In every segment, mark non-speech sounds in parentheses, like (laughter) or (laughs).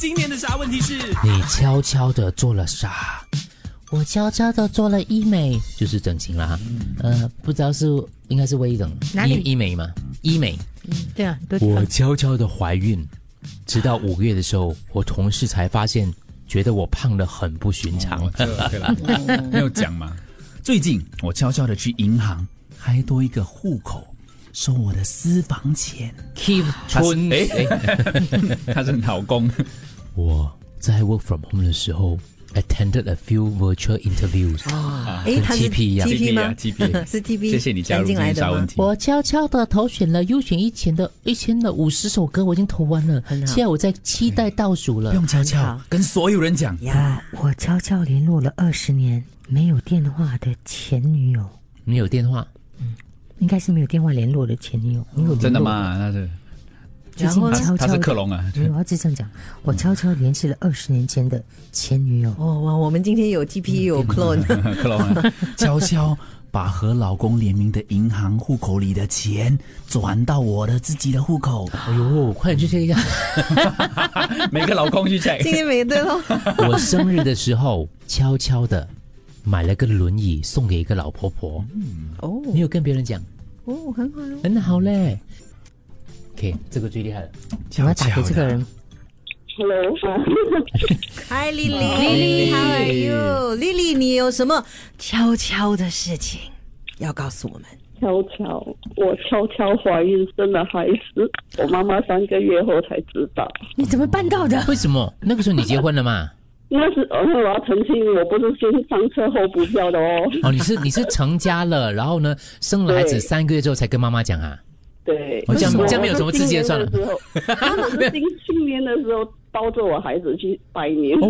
今年的啥问 (laughs) 题是？你悄悄的做了啥？我悄悄的做了医美，就是整形啦。呃，不知道是应该是微整，哪医里医美嘛？医美。对啊，很多地我方悄悄的怀孕，直到五月的时候，我同事才发现，觉得我胖的很不寻常。哦这个对了，没有讲嘛。最近我悄悄的去银行开多一个户口，收我的私房钱。 Keep (laughs) 春，哎，她是老 (laughs) 公， (laughs) 我在 work from home 的时候，attended a few virtual interviews。哎，他是 TP 一样 TP 吗啊 TP (laughs) 是 TP，谢谢你加入进今来天的啥问吗？题？我悄悄的投选了优选一千的一千的五十首歌，我已经投完了，很好现在我在期待倒数了嗯不。用悄很悄好，跟所有人讲。呀，我悄悄联络了二十年没有电话的前女友，你有电话？应该是没有电话联络的前女友，没有联络 (laughs) 真的？吗？她是最然近后呢悄悄她是克地隆啊， (laughs) 没有，我要只这样讲，我悄悄联系了二十年前的前女友。哦哇，我们今天有 TP 有 clone，克隆啊， (laughs) 悄悄把和老公联名的银行户口里的钱转到我的自己的户口。哎呦，快点去 check 一下！ (laughs) 每个老公去今 check，天没对喽。我生日的时候，悄悄的买了个轮椅送给一个老婆婆，哦没有跟别人讲，哦，很好哦。很好嘞。OK，这个最厉害了。我要打给这个人， Hello， Hi Lily，Lily，How are you？Lily，你有什么悄悄的事情要告诉我们？悄悄，我悄悄怀孕生了孩子，我妈妈三个月后才知道。你怎么办到 (laughs) 的？为什么那个时候你结婚了嘛？那是，呃，我要澄清，我不是先上车后补票的哦。哦，你是你是成家了，然后呢，生了孩子对三个月之后才跟妈妈讲啊？对，哦这样我这样没有什么自信算了我是今年的时候。我是今去年的时候抱着我孩子去拜年。哦，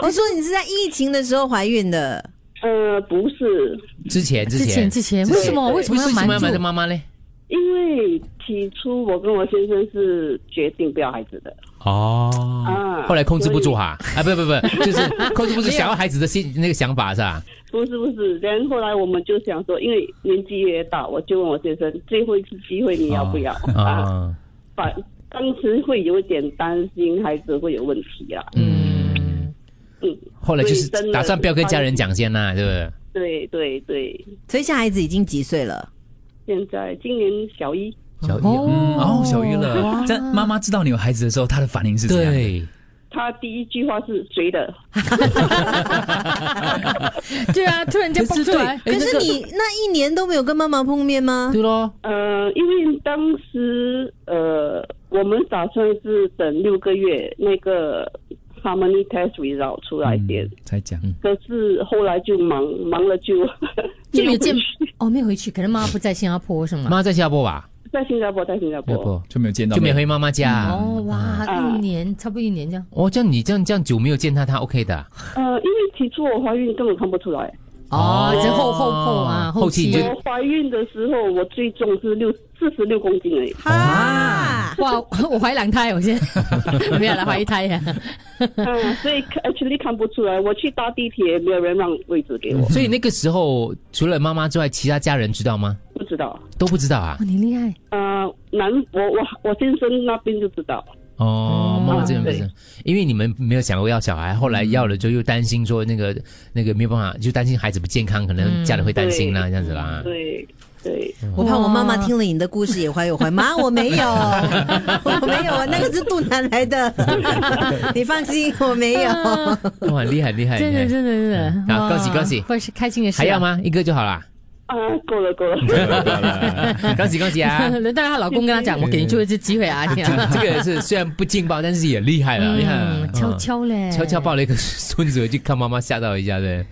我说你是在疫情的时候怀孕的，呃，不是，之前之之前前之前，为什么对为什么要为什么要瞒瞒着住？妈妈嘞？因为起初我跟我先生是决定不要孩子的。哦啊后来控制不住哈啊，不不 (laughs) 不，就是控制不住想要孩子的心那个想法是吧？不是不是，然后后来我们就想说，因为年纪越大，我就问我先生，最后一次机会你要不要、啊？啊，反当时会有点担心孩子会有问题啦。嗯，嗯，后来就是所以真的打算不要跟家人讲先呐，对不对？对对对，所以现在孩子已经几岁了？现在今年小一，小嗯，哦，小鱼哇了。在妈妈知道你有孩子的时候，她的反应是怎样？，对，他第一句话是谁的？ (laughs) 对啊，突然间可是哎蹦出来，可是你哎那一年都没有跟妈妈碰面吗？对咯，呃，因为当时呃，我们打算是等六个月那个 Harmony test result 出来点，嗯，才讲。可是后来就忙忙了就就没有见回哦，没有回去，可能妈妈不在新加坡是吗？妈在新加坡吧？ (laughs) 在新加坡，在新加坡。就没有见到就没面回妈妈家嗯啊。哦哇，啊一年差不多一年这样。哦，这样你这样这样久没有见她，她 OK 的啊。呃，因为起初我怀孕根本看不出来，哦，这后后后啊，后期期你就我怀孕的时候我最重是六四十六公斤而已。哈，哇，我怀两胎，我现在 (laughs) 没有了，怀一胎呀。嗯，所以看 actually 看不出来。我去搭地铁，没有人让位置给我，所以那个时候，除了妈妈之外，其他家人知道吗？不知道。都不知道啊哇，。你厉害，呃，男，我我我先生那边就知道。哦，妈妈这边不是嗯对，因为你们没有想过要小孩，后来要了之后又担心说那个那个没有办法，就担心孩子不健康，可能家里会担心啦，这样子啦。嗯对嗯对，我怕我妈妈听了你的故事也怀有怀，妈我没有，我没有，我啊那个是肚腩来的，你放心，我没有。哇，厉害厉害！真的厉害真的真的。好哇哎嗯啊恭喜恭喜会是开心的事。啊还要？吗？一个就好啦。啊，够了够了。恭喜恭喜 (laughs) 啊！ (laughs) 轮到她老公跟她讲，我嗯给你最后一次机会啊！你啊 (laughs) 嗯这个是虽然不劲爆，但是也厉害了，厉害了嗯，悄。悄嘞，嗯悄悄抱了一个孙子回去看妈妈，吓到一下对。